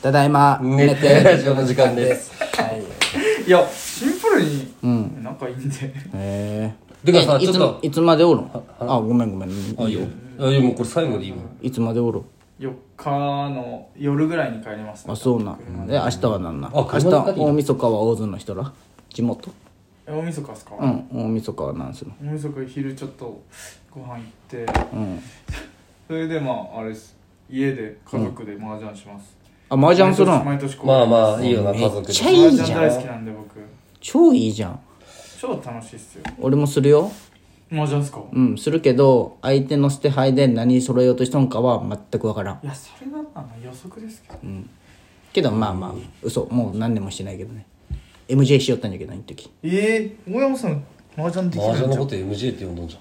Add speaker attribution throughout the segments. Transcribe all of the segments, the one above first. Speaker 1: ただいま
Speaker 2: 寝てラジオの時間です
Speaker 1: はい
Speaker 3: いやシンプルに
Speaker 1: ん
Speaker 3: 仲いいんで
Speaker 1: へ
Speaker 2: てかさ
Speaker 1: え
Speaker 2: ち
Speaker 1: い
Speaker 2: ょっ
Speaker 1: つ
Speaker 2: と
Speaker 1: いつまでおるのあごめんごめん
Speaker 2: あいいよあいやもうこれ最後でいいもん
Speaker 1: いつまでおる
Speaker 3: 4日の夜ぐらいに帰ります
Speaker 1: あそうなんで明日はなんなん
Speaker 2: あ
Speaker 1: 明
Speaker 2: 車
Speaker 1: 日
Speaker 2: の中でいい
Speaker 1: 大晦日は大津の人ら地元
Speaker 3: え大晦日っすか、
Speaker 1: うん大晦日はなんするの
Speaker 3: 大晦日昼ちょっとご飯行って
Speaker 1: うん
Speaker 3: それでまああれです家で家族で麻雀します、
Speaker 1: あ麻雀するの
Speaker 3: 毎年こう
Speaker 2: まあまあいいよな
Speaker 1: めっ
Speaker 2: 家族で
Speaker 1: ちゃいいじゃん
Speaker 3: 麻雀大好きなんで僕
Speaker 1: 超いいじゃん
Speaker 3: 超楽しいっすよ
Speaker 1: 俺もするよ
Speaker 3: 麻雀っすか、い
Speaker 1: うんするけど相手の捨て牌で何揃えようとしたんかは全くわからん
Speaker 3: やそれだったの予測ですけど、
Speaker 1: けどまあまあ嘘もう何年もしてないけどね MJ しよったんじゃけどあの時
Speaker 3: ええー、大山さん麻雀でき
Speaker 2: 麻
Speaker 3: ない
Speaker 2: 雀の
Speaker 3: んじゃ
Speaker 2: こ
Speaker 3: ん
Speaker 2: と MJ って呼んどんじゃん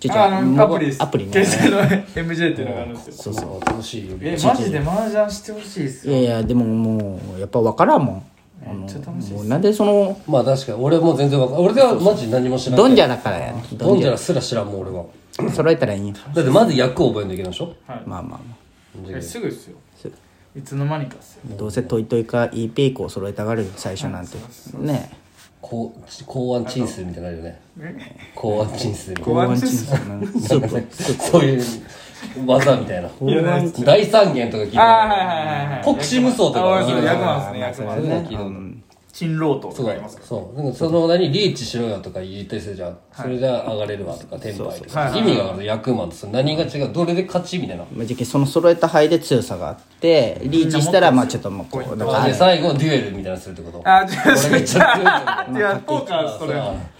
Speaker 1: ちょちょ
Speaker 3: あのアプリです
Speaker 1: アプリね
Speaker 3: 携帯の MJ っていうのがあるんですよ
Speaker 2: そうそう楽しいよ
Speaker 3: えマジで麻雀してほしいっす
Speaker 1: い
Speaker 3: よ
Speaker 1: やいやでももうやっぱ分からんもんあの
Speaker 3: めっちゃ楽しいっ
Speaker 1: もう
Speaker 3: す
Speaker 1: なんでその
Speaker 2: まあ確かに俺も全然わかん俺ではマジ何も知らん
Speaker 1: ドンジャ
Speaker 2: ラ
Speaker 1: だからやね
Speaker 2: ドンジャ
Speaker 1: ラ
Speaker 2: ラすら知らんもん俺は
Speaker 1: 揃えたらいいんや
Speaker 2: だってまず役を覚えんといけないでしょ
Speaker 3: はい、
Speaker 1: まあまあま
Speaker 3: えすぐっすよ
Speaker 1: すぐ
Speaker 3: いつの間にかっすよ
Speaker 1: あどうせトイトイか EP 以降揃えたがるよ最初なんて
Speaker 3: はいそ
Speaker 1: ねえ
Speaker 2: こうち公安陳数みたいなのあるよね
Speaker 3: え
Speaker 2: 公安陳数
Speaker 3: 公安
Speaker 1: チン
Speaker 3: チン
Speaker 1: ス
Speaker 3: ス
Speaker 1: スープ
Speaker 2: そういう技みたいな
Speaker 3: やないっす
Speaker 2: 大三元とか聞いて
Speaker 3: ああはいはいはいはい
Speaker 2: 国士無双とか
Speaker 3: あそう役満っすね役満
Speaker 2: そういうの聞いたことある
Speaker 3: 珍老党
Speaker 2: そ
Speaker 3: とか言いうますか
Speaker 2: そうなんかその何リーチしろよとか言ったりするじゃんそれじゃ上がれるわとかテンパイと
Speaker 3: そう
Speaker 2: か
Speaker 3: そ
Speaker 2: 意
Speaker 3: う
Speaker 2: 味がある役満とその何が違うどれで勝ちみたいな
Speaker 1: まあじゃけその揃えた牌で強さがあってリーチしたらまあちょっともうこうなんか
Speaker 2: あで最後デュエルみたいなのするってこと
Speaker 3: あ、違う、
Speaker 2: 俺
Speaker 3: それ
Speaker 2: めっ
Speaker 3: 違
Speaker 2: ちゃ
Speaker 3: う。いや、ポーカー、それ。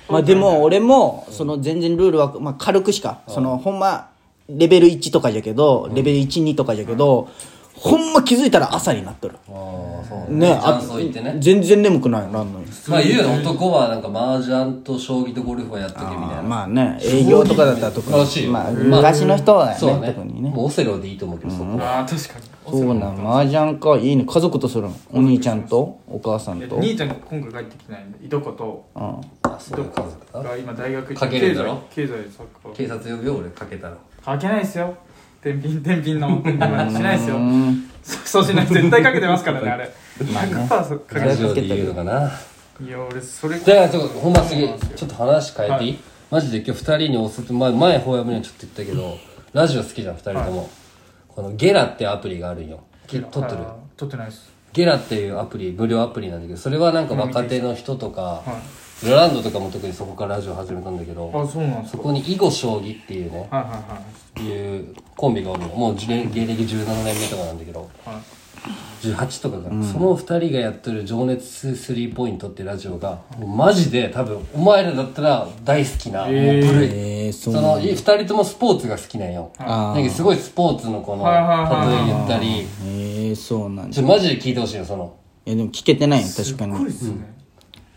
Speaker 1: まあでも俺もその全然ルールはまあ軽くしかそのほんまレベル1とかじゃけどレベル12とかじゃけどほんま気づいたら朝になっとる
Speaker 2: ああそう
Speaker 1: ね
Speaker 2: ね
Speaker 1: あ
Speaker 2: そう言ってね
Speaker 1: 全然眠くないなんのに
Speaker 2: まあ言うよね男はなんか麻雀と将棋とゴルフはやっとけみたいな
Speaker 1: まあね営業とかだったら特
Speaker 2: らしい
Speaker 1: に
Speaker 2: よ
Speaker 1: まあ昔の人はね
Speaker 2: そうね
Speaker 1: 特にね
Speaker 2: もうオセロでいいと思うけどそこは
Speaker 3: あー、確か
Speaker 1: そ
Speaker 3: に。
Speaker 1: うなん麻雀かいいね家族とするのお兄ちゃんとお母さん
Speaker 3: え
Speaker 1: と
Speaker 3: 兄ちゃんが今回帰ってきてないんで、いとこと、
Speaker 1: うん
Speaker 2: あそういう家族だ
Speaker 3: が今大学
Speaker 2: かけるんだろ
Speaker 3: 経済、経済サッカー。
Speaker 2: 警察呼ぶよ俺かけたら
Speaker 3: かけないっすよ。天秤、天秤 の、天秤までしないっすよ。そ そうしない、絶対かけてますからね、あれ。100%かけ
Speaker 2: ラ
Speaker 3: て
Speaker 2: ジオで言うのかない
Speaker 3: や、俺、それ、
Speaker 2: じゃあちょっとほんま次ちょっと話変えていい、マジで今日二人におすすめ前ほやむにはちょっと言ったけどラジオ好きじゃん二人とも、このゲラってアプリがあるんよ撮ってる
Speaker 3: あー撮ってないっす。
Speaker 2: ゲラっていうアプリ無料アプリなんだけどそれはなんか若手の人とか、
Speaker 3: は
Speaker 2: ラランドとかも特にそこからラジオ始めたんだけど
Speaker 3: あ、そうなんです
Speaker 2: そ
Speaker 3: か。
Speaker 2: こに囲碁将棋っていうね
Speaker 3: はいはいはい
Speaker 2: いうコンビがおるのもう芸芸歴17年目とかなんだけど
Speaker 3: はい。
Speaker 2: 18とかが、その2人がやってる「情熱スリーポイント」ってラジオが、もうマジで多分お前らだったら大好きな、もう古い、
Speaker 1: えー
Speaker 2: そ
Speaker 1: そう
Speaker 2: の2人ともスポーツが好きなんよ
Speaker 1: あー
Speaker 2: なんかすごいスポーツのこの
Speaker 3: はいはいはいはい
Speaker 2: 例え言ったり
Speaker 1: えーそうなん
Speaker 2: ち
Speaker 1: だ
Speaker 2: ょマジで聞いてほしいよその
Speaker 1: いやでも聞けてないよ確か
Speaker 3: すごい
Speaker 1: に
Speaker 3: っすね。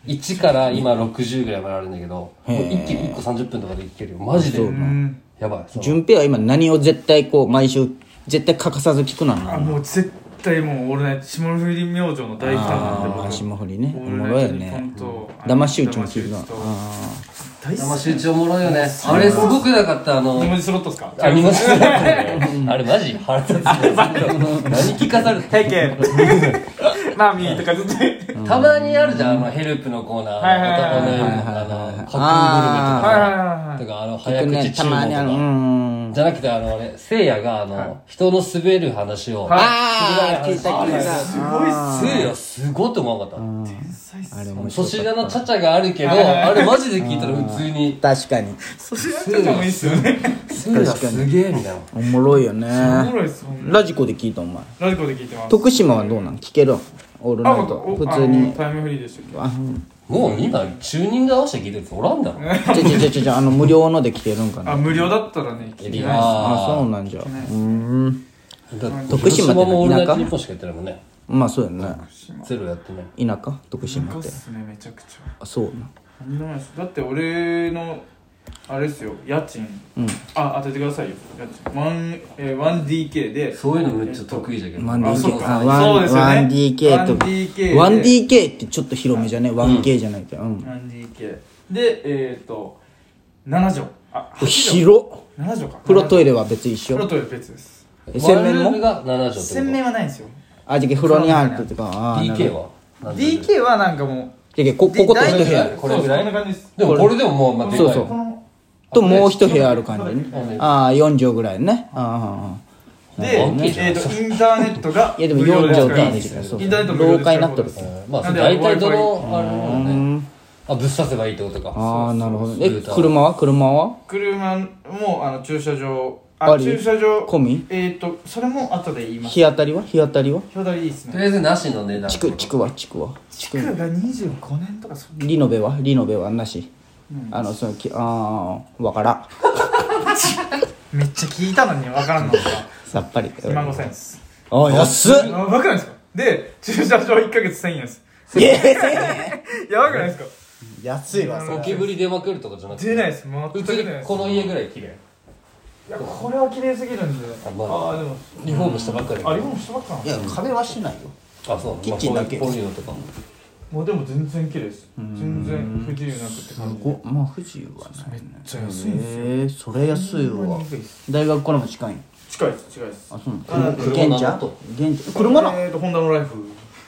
Speaker 2: 1から今60ぐらいまであるんだけどもう
Speaker 1: へー
Speaker 2: 一気に1個30分とかでいけるよマジで
Speaker 3: うん。
Speaker 2: やばいその
Speaker 1: 順平は今何を絶対こう毎週絶対欠かさず聞くなんな
Speaker 3: あ、もう絶対もう俺ね、霜降り明星の大ファンなんで、
Speaker 1: ああ
Speaker 3: 僕。
Speaker 1: 霜降りねお
Speaker 3: オール
Speaker 1: もろ
Speaker 3: ナ
Speaker 1: い
Speaker 3: イ
Speaker 1: よ
Speaker 3: トニッポ
Speaker 1: ね
Speaker 3: ンとあの
Speaker 1: 騙し討ちも聞いてた
Speaker 3: 騙し討ちと
Speaker 1: あ
Speaker 3: 大好
Speaker 2: 生集中おもろいよねあれすごくなかったあの
Speaker 3: き 二文字スロットっすか
Speaker 2: ありましたねあれマジ腹立つね何聞かされて
Speaker 3: 体験マミーとかずっと言って
Speaker 2: たまにあるじゃんあのヘルプのコーナー
Speaker 3: はいはいはい
Speaker 2: 男の
Speaker 3: はい
Speaker 2: エルのあの架空グルメとか
Speaker 1: あ
Speaker 3: はいはいはい
Speaker 2: とかあの
Speaker 1: あ聞
Speaker 2: 早
Speaker 1: くね
Speaker 2: 口
Speaker 1: た
Speaker 2: 注文
Speaker 1: ま
Speaker 2: と
Speaker 1: にあるう
Speaker 2: か
Speaker 1: ん
Speaker 2: じゃなくてあのあれせいやがあの人の滑る話を
Speaker 3: はい
Speaker 1: ああ聞いた聞い
Speaker 3: す
Speaker 1: た
Speaker 3: ごいっす
Speaker 2: せいやすごいと思わなかっ
Speaker 3: 天才っす
Speaker 1: あれ
Speaker 2: た
Speaker 1: 面
Speaker 2: 粗
Speaker 1: 白い
Speaker 2: 品のチャチャがあるけど
Speaker 3: はいはいはい
Speaker 2: あれマジで聞いたら普通に
Speaker 1: 確かに
Speaker 3: それやってたもいいっすよね
Speaker 2: せいやすげえみたいな
Speaker 1: おもろいよね
Speaker 3: おもろいっすもん
Speaker 1: ラジコで聞いたお前
Speaker 3: ラジコで聞いてます
Speaker 1: 徳島はどうなん聞けるオール
Speaker 3: あ
Speaker 1: ナイト
Speaker 3: 僕
Speaker 1: 普
Speaker 3: お
Speaker 1: 通
Speaker 3: あ
Speaker 1: に
Speaker 3: タイムフリーでしたっけ
Speaker 1: あうん
Speaker 2: もう今チューニング合わせて聞いてるやつおらんだろ
Speaker 1: ちょちょちょちょちょあの無料ので聞けるんか
Speaker 3: あ
Speaker 1: な
Speaker 3: 無料だったらね聞いてないっす
Speaker 2: あ
Speaker 1: あ
Speaker 2: ー
Speaker 1: そうなんじゃう
Speaker 3: ないっす
Speaker 1: ーん
Speaker 2: だって
Speaker 1: 徳島っ
Speaker 2: 広
Speaker 1: て
Speaker 2: もオールナイ
Speaker 1: 田
Speaker 2: ト
Speaker 1: 舎
Speaker 2: ニッポンしかやってないもんね
Speaker 1: まあそうやね
Speaker 2: ゼロやってない
Speaker 1: 田舎徳島
Speaker 3: 昔
Speaker 1: っ
Speaker 3: ってすねめちゃくちゃ
Speaker 1: あそうなん
Speaker 3: 何でもないっすだって俺のあれっすよ家賃
Speaker 1: うん
Speaker 3: あ当ててくださいよ家賃ワンえー 1DK で
Speaker 2: そういうのめっちゃ得意じゃけど
Speaker 1: 1DK
Speaker 3: あそうか
Speaker 1: あワン
Speaker 3: そうですよ
Speaker 1: 1DK
Speaker 3: ね
Speaker 1: と
Speaker 3: 1DK で
Speaker 1: 1DK ってちょっと広めじゃね 1K じゃないけどうん
Speaker 3: 1DK でえっと7畳あ8畳
Speaker 1: 広っ
Speaker 3: 7畳か
Speaker 1: 風呂トイレは別一
Speaker 3: 風呂
Speaker 1: 緒
Speaker 3: トイレ別です
Speaker 2: え
Speaker 1: 洗面も
Speaker 2: ワンルームが7畳ってこと
Speaker 3: 洗面はないんですよ
Speaker 1: あ、じゃけ風呂に入ってとか。あーなるほ
Speaker 2: DK
Speaker 1: ど
Speaker 2: はなんだ
Speaker 3: DK はなんかも
Speaker 1: じゃけこ、ここと一部
Speaker 2: 大
Speaker 1: 屋
Speaker 2: 体。
Speaker 3: う
Speaker 2: これぐらい
Speaker 3: そうそうこんな感じです
Speaker 2: でもこれでももう、まあ、でかい
Speaker 1: そうそ
Speaker 3: こ
Speaker 1: う
Speaker 3: の
Speaker 1: ともう一部屋ある感じ
Speaker 2: そう
Speaker 1: ね
Speaker 2: ね。
Speaker 1: ああ、4畳ぐらいね。あ
Speaker 3: で、え
Speaker 2: なんか
Speaker 3: ー、とインターネットが
Speaker 1: あ。いや、でも
Speaker 3: 無料
Speaker 1: 4
Speaker 3: 使
Speaker 1: 畳
Speaker 3: え
Speaker 1: から
Speaker 3: ま
Speaker 1: ですきる。そう
Speaker 3: インターネット無料
Speaker 1: 廊
Speaker 3: で使
Speaker 1: 下
Speaker 3: え
Speaker 1: に
Speaker 3: ま
Speaker 1: なっ
Speaker 3: す
Speaker 1: とるから。
Speaker 2: うんまあ、
Speaker 3: なんで
Speaker 2: 大体ど
Speaker 3: Wi-Fi
Speaker 2: の、あれだね。あ、ぶっ刺せばいいってことか。
Speaker 1: ああ、なるほど。
Speaker 2: そう
Speaker 1: え、車は車は
Speaker 3: 車もあの駐車場あ
Speaker 1: あり
Speaker 3: 駐車場
Speaker 1: 込み
Speaker 3: えっ、とそれも後で言います
Speaker 1: 日当たりは日当たりは
Speaker 3: 表題いいです
Speaker 2: とりあ
Speaker 3: ね
Speaker 2: えずなしの値段。
Speaker 1: 地区、地区は地区は
Speaker 3: 地区が25年とかそん
Speaker 1: リノベはリノベはなし。あの、その、きああ、わからん。
Speaker 3: めっちゃ聞いたのに分からんのか
Speaker 1: さっぱり。
Speaker 3: 1万5000円です
Speaker 1: ああ、安っ
Speaker 3: やばくないですかで駐車場1ヶ月1000円です
Speaker 1: いや1000
Speaker 3: やばくないですか
Speaker 1: 安いわ、
Speaker 2: ゴキブリ出まくるとかじゃなく
Speaker 3: 出
Speaker 2: て。
Speaker 3: ないです全
Speaker 2: 普
Speaker 3: く
Speaker 2: 通
Speaker 3: 出
Speaker 2: に
Speaker 3: ないです
Speaker 2: この家ぐらい綺麗。
Speaker 3: いやこれは綺麗すぎるんであ
Speaker 2: あま
Speaker 3: あ
Speaker 2: あ
Speaker 3: ーでも
Speaker 2: リフォームしたばっかり。
Speaker 3: あリフォームしたばっかなん
Speaker 1: いや、壁はしないよ。
Speaker 2: あ、そう。
Speaker 1: キッチンだけ
Speaker 2: まあこういうのとかも。
Speaker 3: もうでも全然綺麗です全然不自由なくって感じで
Speaker 1: こまあ、不自由はないね。
Speaker 3: ちゃ安いんですよ
Speaker 1: ええ、それ安いわ。大学からも近いん。
Speaker 3: 近いです近いです
Speaker 1: あ、そうな
Speaker 3: あ
Speaker 1: の
Speaker 2: 車
Speaker 1: 玄ちゃん玄ちゃん。車なの
Speaker 3: えーとホンダのライフ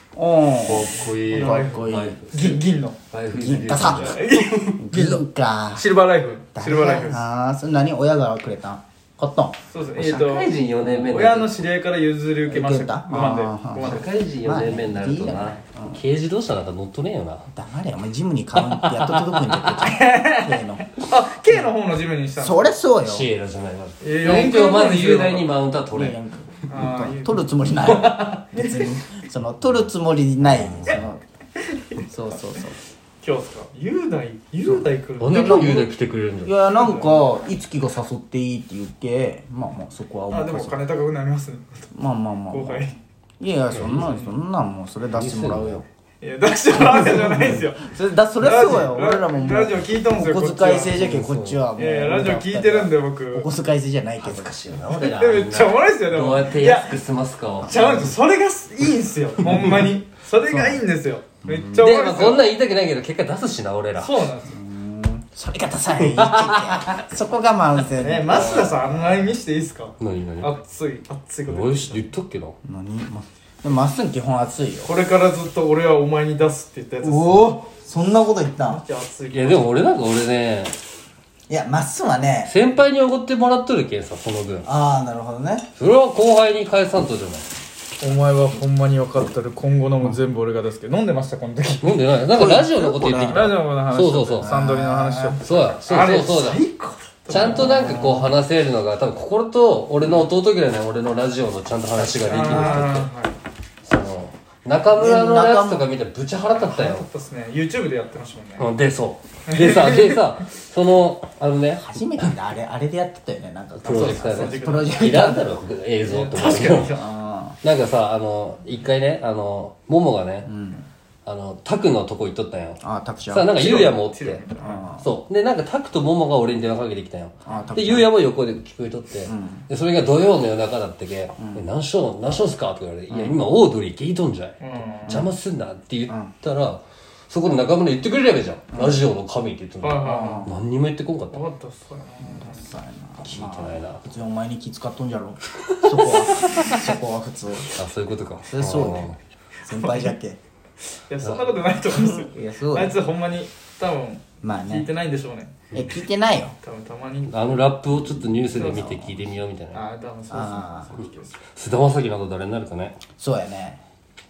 Speaker 2: かっ
Speaker 1: う
Speaker 2: こいい。
Speaker 1: かっこいい
Speaker 2: ライフ。
Speaker 3: 銀銀の
Speaker 2: ライフ
Speaker 1: 銀貨さん。銀か。
Speaker 3: シルバーライフシルバーライフです
Speaker 1: ああ、それ何親がくれたんコットン。
Speaker 3: そうですねえ
Speaker 2: 社
Speaker 3: っと
Speaker 2: 会人4年目
Speaker 3: 親の知り合いから譲り受けま
Speaker 1: 受
Speaker 3: した
Speaker 1: けた
Speaker 3: 5万で
Speaker 1: あー
Speaker 2: 社
Speaker 3: 5万で
Speaker 2: 会人4年目になると
Speaker 1: まあ
Speaker 2: ない
Speaker 1: い
Speaker 2: 軽自動車なんか乗っとねえよな
Speaker 1: 黙れ、お前ジムに買うんやっと届くんだけど。系 の。
Speaker 3: あ K の方のジムにしたの
Speaker 1: そりゃそうよ。
Speaker 2: シエラじゃないわ
Speaker 3: えー
Speaker 2: 4強まず雄大にマウントは取
Speaker 1: い
Speaker 2: れ
Speaker 1: いやんか
Speaker 3: あーいい
Speaker 1: 取るつもり ない。別に。その、取るつもりない。その。そうそうそう。
Speaker 3: 今日っすか雄大雄大来る
Speaker 2: なんで今日雄大来てくれるん
Speaker 1: い
Speaker 2: だよ
Speaker 1: やなんかいつきが誘っていいって言ってまあまあそこはお
Speaker 3: あでも
Speaker 1: 任せ
Speaker 3: 金高くなりますね
Speaker 1: まあまあまあ
Speaker 3: 後輩
Speaker 1: いやいやそんなんそんなんもうそれ出してもらうよ
Speaker 3: いや出してもらうわけじゃないですよ
Speaker 1: それだそれはそうよ
Speaker 3: ラジオ
Speaker 1: 俺らももう
Speaker 3: ラジオ聞いたんですよ
Speaker 1: お小遣い制じゃけんこっちはもう
Speaker 3: いやいやラジオ聞いてるんで僕
Speaker 1: お小遣い制じゃないけど
Speaker 2: 恥ずかしいよな俺ら
Speaker 3: めっちゃおもろいっすよでも
Speaker 2: どうやって安く済ますかを
Speaker 3: ちゃうんですよそれがいいんすよほんまにそれがいいんですよめっちゃおも
Speaker 2: で
Speaker 3: ろい
Speaker 2: ま
Speaker 3: っ
Speaker 2: あ
Speaker 3: す
Speaker 2: こん
Speaker 3: よ
Speaker 2: なん言いたくないけど結果出すしな俺ら
Speaker 3: そうなんですよ
Speaker 1: それがダサいいってそこが満点
Speaker 3: ねマスダさん案内見していいですか
Speaker 2: 何何
Speaker 3: 熱い熱いこと
Speaker 2: 俺し言ったっけな
Speaker 1: 何までもまっすん基本熱いよ
Speaker 3: これからずっと俺はお前に出すって言ったやつです
Speaker 1: おおそんなこと言ったん
Speaker 3: じゃあ熱い
Speaker 2: いやでも俺なんか俺ね
Speaker 1: いやまっすんはね
Speaker 2: 先輩におごってもらっとるけんさその分
Speaker 1: ああなるほどね
Speaker 2: それは後輩に返さんとじゃない
Speaker 3: お前はほんまに分かってる今後のも全部俺が出すけど飲んでましたこの時
Speaker 2: なんでないなんかラジオのこと言ってきた
Speaker 3: ラジオの話
Speaker 2: そうそうそう
Speaker 3: サンドリの話を
Speaker 2: そうやそう
Speaker 3: あれ
Speaker 2: そうそうだ
Speaker 3: 最高
Speaker 2: ちゃんとなんかこう話せるのが多分心と俺の弟ぐらいの俺のラジオのちゃんと話ができる人って
Speaker 3: あーはい
Speaker 2: その中村のやつとか見たらぶち腹立った
Speaker 3: 早
Speaker 2: よ
Speaker 3: かったっすね YouTube でやってましたもんね
Speaker 2: うんでそうでさでさそのあのね
Speaker 1: 初めてだあれあれでやってたよねなんか
Speaker 2: プロジェクタ
Speaker 3: そう
Speaker 2: ー
Speaker 3: そう
Speaker 2: で
Speaker 1: プロジェ
Speaker 2: い
Speaker 1: ク
Speaker 2: らん
Speaker 1: ター
Speaker 2: だろ映像と
Speaker 3: 確かに
Speaker 1: あ
Speaker 2: なんかさあの一回ねあのももがね、あのタクのとこ行っとったんよ
Speaker 1: ーあータクシー
Speaker 2: さあなんかゆうやもおって
Speaker 3: 白い
Speaker 2: そうでなんかタクとモモが俺に電話かけてきたよ
Speaker 1: あタク
Speaker 2: でゆうやも横で聞こえとって、でそれが土曜の夜中だってけ「え何しょ何しょんすか?」って言われて「いや今オードリー聞いとんじゃい」邪魔すんな」って言ったら、そこで中村言ってくれればいいじゃん、ラジオの神って言ってん
Speaker 3: はいはい
Speaker 2: の
Speaker 3: は
Speaker 2: 何にも言ってこんかった
Speaker 3: い分かったっすね
Speaker 1: そうやな
Speaker 2: 聞いてないな、あ
Speaker 1: 別にお前に気使っとんじゃろそこはそこは普通
Speaker 2: そういうことか
Speaker 1: そりゃそう よ先輩じゃっけ
Speaker 3: いやそんなことないと思いますよ
Speaker 1: いやそう
Speaker 3: あ
Speaker 1: だ
Speaker 3: いつほんまに多分
Speaker 1: まあ
Speaker 3: 聞い
Speaker 1: ね
Speaker 3: てないんでしょうね
Speaker 1: え聞いてないよ
Speaker 3: 多分たまに
Speaker 2: あのあのラップをちょっとニュースで見て聞いてみようみたいな
Speaker 3: ああ多分
Speaker 1: あ
Speaker 3: そうですね
Speaker 2: 菅田将暉など誰になるかね
Speaker 1: そうやね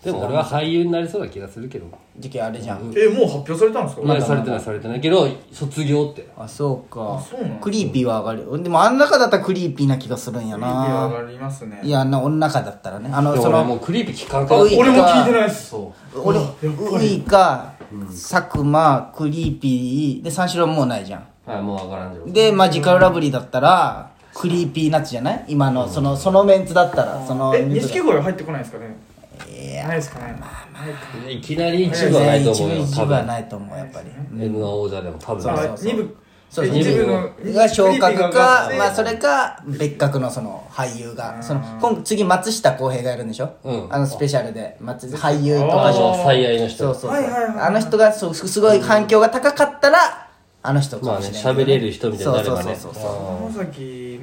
Speaker 2: でも俺は俳優になりそうな気がするけど
Speaker 1: 時期あれじゃん
Speaker 3: えもう発表されたんですか
Speaker 2: まあされてないされてないけど卒業って
Speaker 1: あそうか
Speaker 3: そうなの
Speaker 1: クリーピーは上がるよでもあん中だったらクリーピーな気がするんや
Speaker 3: 上
Speaker 1: な
Speaker 3: がりますね
Speaker 1: いやあんな女中だったらねあの
Speaker 2: で
Speaker 1: そ
Speaker 2: 俺も
Speaker 1: の
Speaker 2: うクリーピー聞かんから
Speaker 1: 多い
Speaker 3: 俺も聞いてないっす
Speaker 2: そ
Speaker 1: 俺ウイカ佐久間クリーピーで三四郎もうないじゃん
Speaker 2: うはいもう分からんじゃん
Speaker 1: でマジカルラブリーだったらクリーピーナッツじゃない今のそのそのメンツだったらその
Speaker 3: え錦鯉は入ってこないですかね
Speaker 1: いや
Speaker 3: ないですかねないか
Speaker 2: いきなり一部はないと思うよ
Speaker 1: 一
Speaker 2: 多
Speaker 1: 部は
Speaker 2: 分
Speaker 1: ないと思うやっぱり
Speaker 2: M の王者でも多分
Speaker 3: さ
Speaker 1: そ
Speaker 3: あ
Speaker 1: うそう
Speaker 3: 二部
Speaker 1: そうそう
Speaker 3: え二部の
Speaker 1: が昇格か
Speaker 3: クリーピーが上がって
Speaker 1: まあそれか別格のその俳優がその今次松下洸平がやるんでしょ、
Speaker 2: うん
Speaker 1: あのスペシャルで松俳優と
Speaker 2: 彼
Speaker 1: か
Speaker 2: 女は最愛の
Speaker 1: そう
Speaker 2: 人
Speaker 1: そうそう、
Speaker 3: はいはいはい
Speaker 1: あの人がそうすすごい反響が高かったらあの人かもしれないけ
Speaker 2: まあ
Speaker 1: ど、
Speaker 2: ね喋れる人みたいになればね
Speaker 1: そうそうそうそう
Speaker 3: 浜崎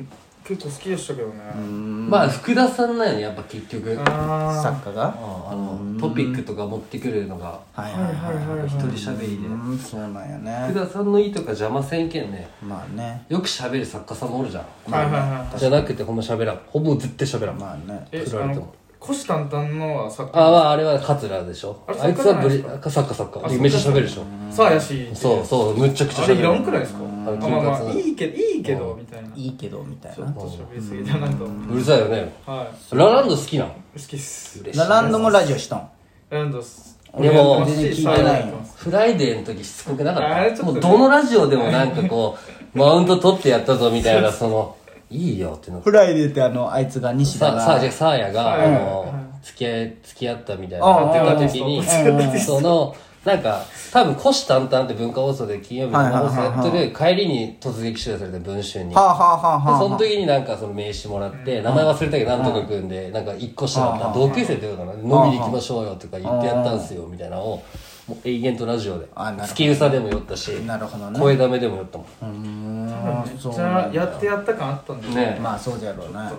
Speaker 3: 結構好きでしたけどね、
Speaker 2: まあ福田さんなんやねやっぱ結局、うん、あ
Speaker 3: あ
Speaker 1: 作家が
Speaker 2: のトピックとか持ってくるのが
Speaker 1: はい
Speaker 3: あはい
Speaker 1: は
Speaker 3: はい
Speaker 1: い
Speaker 3: はい
Speaker 2: 一人喋りで、
Speaker 1: うんそうなんやね
Speaker 2: 福田さんのいいとか邪魔せんけんね
Speaker 1: まあね
Speaker 2: よく喋る作家さんもおるじゃん
Speaker 3: はいはいはい
Speaker 2: じゃなくてほんま喋らんほぼ絶対喋らん、
Speaker 1: まあね
Speaker 3: え
Speaker 2: 振
Speaker 3: あ
Speaker 2: られて
Speaker 3: の
Speaker 2: も
Speaker 3: 虎視眈々のは作
Speaker 2: あ、
Speaker 3: 家
Speaker 2: まあ、あれは桂でしょ
Speaker 3: あれ
Speaker 2: あいつはブリ
Speaker 3: 作家じゃない
Speaker 2: 作家作
Speaker 3: あ
Speaker 2: 家めっちゃ喋るでしょ
Speaker 3: さあやし
Speaker 2: そうそうむっちゃくちゃ
Speaker 3: あ
Speaker 2: 喋
Speaker 3: れ
Speaker 2: る
Speaker 3: いらんくらいですかあ
Speaker 2: ん
Speaker 3: まあま
Speaker 2: う
Speaker 3: あ
Speaker 2: ん
Speaker 3: いいけどいいけどみたいない
Speaker 1: いけどみたい
Speaker 3: ちょ
Speaker 1: な
Speaker 3: っと喋りすぎだなと
Speaker 2: うるさいよね
Speaker 3: は
Speaker 2: ラランド好きなの
Speaker 3: い好きっす
Speaker 2: 嬉しい
Speaker 1: ラランドもラジオしたん
Speaker 3: ランドっす
Speaker 2: でも
Speaker 3: 俺
Speaker 1: 全然聞いてないよ
Speaker 2: フライデーの時しつこくなか
Speaker 3: あれ
Speaker 2: っ
Speaker 3: ち
Speaker 2: た
Speaker 3: ょ
Speaker 2: も
Speaker 3: っとね
Speaker 2: うどのラジオでもなんかこうマウント取ってやったぞみたいなそのいいよっての
Speaker 1: フライデーってあのあいつが西田
Speaker 2: ささあじゃ
Speaker 1: が
Speaker 2: あサーヤが、
Speaker 3: サーヤ
Speaker 2: あの
Speaker 3: は
Speaker 2: 付き合い付き合ったみたい
Speaker 1: ああ
Speaker 2: な言ってた時に
Speaker 1: ああああ
Speaker 2: そのなんか多分虎視眈々って文化放送で金曜日の
Speaker 1: はいはいはい
Speaker 2: 放送
Speaker 1: はい
Speaker 2: やってる帰りに突撃取材されて文春に
Speaker 1: はあはあはあ
Speaker 2: で
Speaker 1: はあ
Speaker 2: その時になんかその名刺もらって、名前忘れたけどなんとかくんで、なんか一個下だった、同級生ってことかな、飲みに行きましょうよとか言ってやったんすよ、みたいなのを、もう永遠とラジオで
Speaker 1: あなるほど、
Speaker 2: 月うさでも酔ったし、
Speaker 1: なるほどね
Speaker 2: 声だめでも酔ったもん。
Speaker 3: めっちゃやってやった感あったんで
Speaker 2: ねえ
Speaker 1: まあそうじゃろうな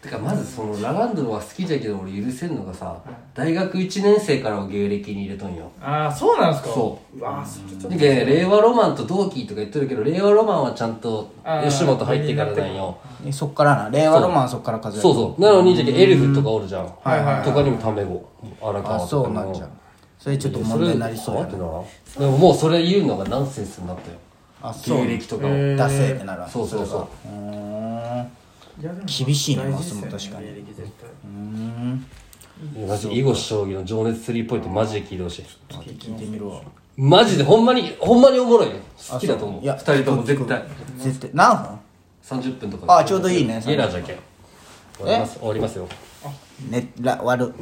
Speaker 2: てかまずそのラランドは好きじゃけど俺許せんのがさ、大学1年生からを芸歴に入れとんよ。
Speaker 3: ああそうなんですか
Speaker 2: そう
Speaker 3: わあそれちょっと
Speaker 2: で令和ロマンと同期とか言ってるけど、令和ロマンはちゃんと
Speaker 3: あー
Speaker 2: 吉本入ってからなんよ。
Speaker 1: えそっからな令和ロマンそっから数える
Speaker 2: そうそう。なのに、じゃけエルフとかおるじゃん。
Speaker 3: いはいはい
Speaker 2: とかにもタメ語。荒川
Speaker 1: あ
Speaker 2: とかも
Speaker 1: そうなんじゃんそれちょっと問題になりそうや
Speaker 2: って
Speaker 1: な
Speaker 2: なでももうそれ言うのがナンセンスになったよ
Speaker 1: あそう
Speaker 2: 芸歴とかを、
Speaker 3: へー
Speaker 1: ダセーってなるわ
Speaker 2: そうそうそう
Speaker 1: れがうーん
Speaker 3: いやでも
Speaker 1: 厳しいね
Speaker 3: 大事っすよ
Speaker 1: マスも確かに
Speaker 3: 芸歴絶対
Speaker 2: いやマジ囲碁将棋の情熱スリーポイントマジで聞いてほしい
Speaker 1: 聞いてみるわ
Speaker 2: マジでほんまにほんまにおもろいよ好きだと思う
Speaker 1: いや
Speaker 2: 2人とも絶対
Speaker 1: 絶対何分
Speaker 2: 30分とか
Speaker 1: あちょうどいいね
Speaker 2: ゲラじゃけん終わります終わりますよ
Speaker 1: ねら割る